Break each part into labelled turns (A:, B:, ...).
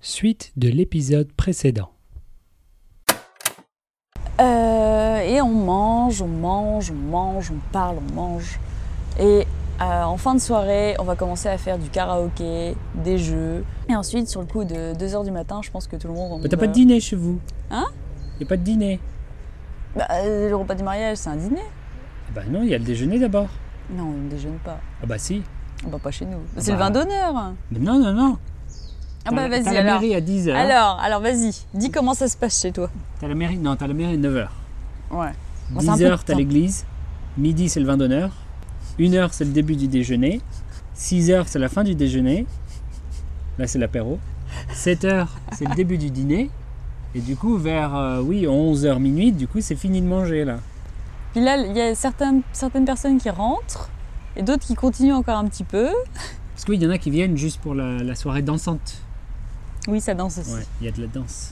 A: Suite de l'épisode précédent.
B: Euh, et on mange, on mange, on mange, on parle, on mange. Et euh, en fin de soirée, on va commencer à faire du karaoké, des jeux. Et ensuite, sur le coup de 2h du matin, je pense que tout le monde...
A: Mais t'as pas de dîner chez vous
B: Hein
A: Y a pas de dîner
B: Bah, euh, Le repas du mariage, c'est un dîner.
A: Ah Bah non, il y a le déjeuner d'abord.
B: Non, on ne déjeune pas.
A: Ah bah si.
B: Ah Bah, pas chez nous. C'est le
A: bah.
B: vin d'honneur. Ah
A: Mais non, non, non. T'as
B: bah
A: la-
B: vas-y
A: T'as hein. la
B: alors.
A: mairie à 10h.
B: Alors, alors vas-y, dis comment ça se passe chez toi.
A: T'as la mairie, non, t'as la mairie à 9h.
B: Ouais. Bon, c'est un peu
A: 10h,
B: de
A: t'as
B: temps.
A: l'église. Midi, c'est le vin d'honneur. 1h, c'est le début du déjeuner. 6h, c'est la fin du déjeuner. Là, c'est l'apéro. 7h, c'est le début du dîner. Et du coup, vers euh, oui, 11h, minuit, du coup, c'est fini de manger là.
B: Puis là, il y a certaines, certaines personnes qui rentrent et d'autres qui continuent encore un petit peu.
A: Parce que oui, il y en a qui viennent juste pour la, la soirée dansante.
B: Oui, ça danse aussi.
A: Ouais, il y a de la danse.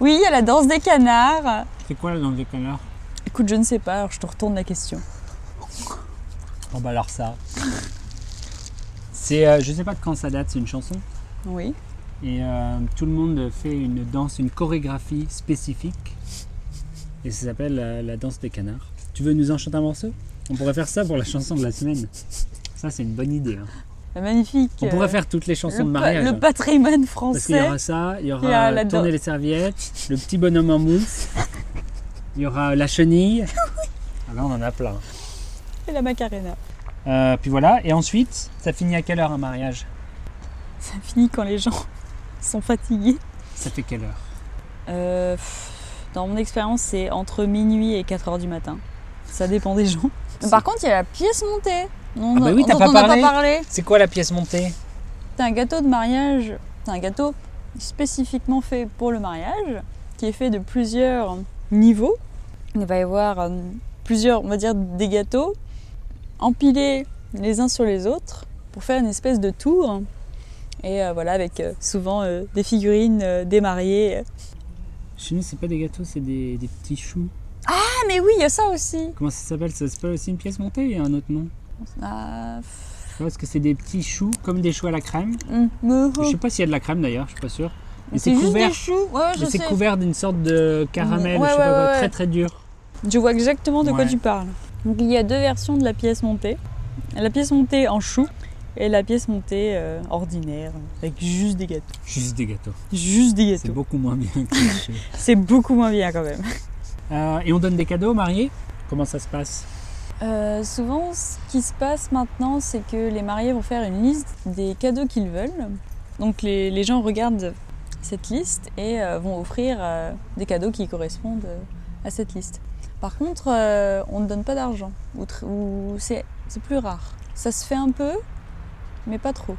B: Oui, il y a la danse des canards.
A: C'est quoi la danse des canards
B: Écoute, je ne sais pas, alors je te retourne la question.
A: Oh bah alors ça. C'est, euh, je sais pas de quand ça date, c'est une chanson.
B: Oui.
A: Et euh, tout le monde fait une danse, une chorégraphie spécifique. Et ça s'appelle euh, la danse des canards. Tu veux nous en chanter un morceau On pourrait faire ça pour la chanson de la semaine. Ça, c'est une bonne idée. hein.
B: La magnifique.
A: On
B: euh,
A: pourrait faire toutes les chansons
B: le,
A: de
B: pa-
A: mariage.
B: le
A: hein.
B: patrimoine
A: Parce qu'il y
B: français.
A: aura ça, il y aura
B: Il y a la
A: tourner
B: danse.
A: les serviettes, le petit bonhomme en mousse, il y aura la chenille. Ah là, on en a plein.
B: Et la macarena.
A: Euh, puis voilà, et ensuite, ça finit à quelle heure un mariage
B: Ça finit quand les gens sont fatigués.
A: Ça fait quelle heure
B: Euh, pff, dans mon expérience, c'est entre minuit et 4 heures du matin. Ça dépend des gens. Par contre, il y a la pièce montée. On,
A: Ah bah oui,
B: on-
A: t'as
B: dont
A: pas
B: on n'a
A: parlé.
B: parlé.
A: C'est quoi la pièce montée
B: C'est un gâteau de mariage, c'est un gâteau spécifiquement fait pour le mariage, qui est fait de plusieurs niveaux. Il va y avoir euh, plusieurs, on va dire, des gâteaux empilés les uns sur les autres pour faire une espèce de tour. Et euh, voilà, avec euh, souvent euh, des figurines euh, des mariés.
A: Chez nous, c'est pas des gâteaux, c'est des, des petits choux.
B: Ah mais oui, il y a ça aussi
A: Comment ça s'appelle Ça s'appelle aussi une pièce montée et un autre nom
B: Ah, pff,
A: Je sais pas, Parce que c'est des petits choux, comme des choux à la crème.
B: hum, hum,
A: Je sais
B: hum.
A: pas s'il y a de la crème d'ailleurs, je suis pas sûr. Mais
B: Ah, C'est
A: c'est
B: juste
A: couvert,
B: des choux, ouais, je
A: mais c'est
B: sais.
A: couvert d'une sorte de caramel,
B: Ouais,
A: je sais
B: ouais,
A: pas quoi,
B: ouais, ouais.
A: très très dur.
B: Je vois exactement de quoi
A: Ouais.
B: tu parles. Donc il y a deux versions de la pièce montée. La pièce montée en chou et la pièce montée euh, ordinaire, avec juste des gâteaux.
A: Juste des gâteaux.
B: Juste des
A: C'est
B: gâteaux.
A: beaucoup moins bien que chez
B: C'est beaucoup moins bien quand même.
A: Euh, et on donne des cadeaux aux mariés Comment ça se passe
B: Euh, souvent, ce qui se passe maintenant, c'est que les mariés vont faire une liste des cadeaux qu'ils veulent. Donc les, les gens regardent cette liste et euh, vont offrir euh, des cadeaux qui correspondent euh, à cette liste. Par contre, euh, on ne donne pas d'argent, ou, tr- ou c'est c'est plus rare. Ça se fait un peu, mais pas trop.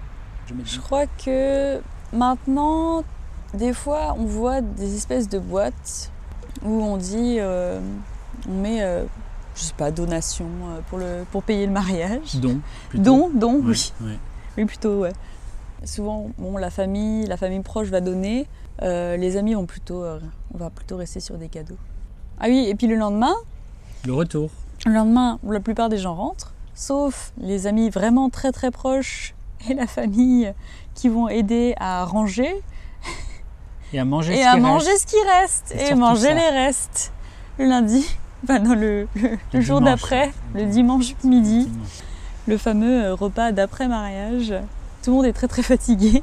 B: Je crois que maintenant, des fois, on voit des espèces de boîtes où on dit, euh, on met, euh, je sais pas, donation euh, pour, le, pour payer le mariage.
A: Don. plutôt.
B: Don, don,
A: Ouais,
B: oui.
A: ouais.
B: Oui, plutôt, ouais. Souvent, bon, la famille, la famille proche va donner. euh, les amis vont plutôt, euh, on va plutôt rester sur des cadeaux. Ah oui, et puis le lendemain,
A: Le retour.
B: le lendemain, la plupart des gens rentrent, sauf les amis vraiment très très proches et la famille qui vont aider à ranger
A: Et à manger
B: et
A: ce
B: à
A: qui
B: manger
A: reste.
B: ce qui reste
A: C'est
B: et
A: surtout
B: manger
A: ça.
B: les restes le lundi, bah non, le, le- le
A: Le
B: jour
A: dimanche.
B: d'après, le dimanche midi, le fameux euh, repas d'après mariage. Tout le monde est très très fatigué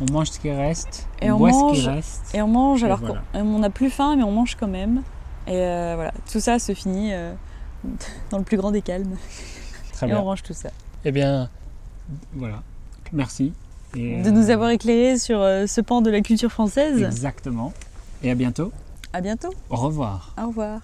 A: On mange ce qui reste.
B: Et
A: on,
B: on
A: boit ce
B: mange-
A: qui reste.
B: et on mange
A: Et
B: alors
A: voilà.
B: qu'on n'a plus faim mais on mange quand même. Et euh, voilà, tout ça se finit euh, dans le plus grand des calmes
A: Très
B: et on
A: bien.
B: range tout ça.
A: Eh bien, voilà. Merci. Et,
B: de nous avoir éclairé sur euh, ce pan de la culture française.
A: Exactement. Et à bientôt.
B: À bientôt.
A: Au revoir.
B: Au revoir.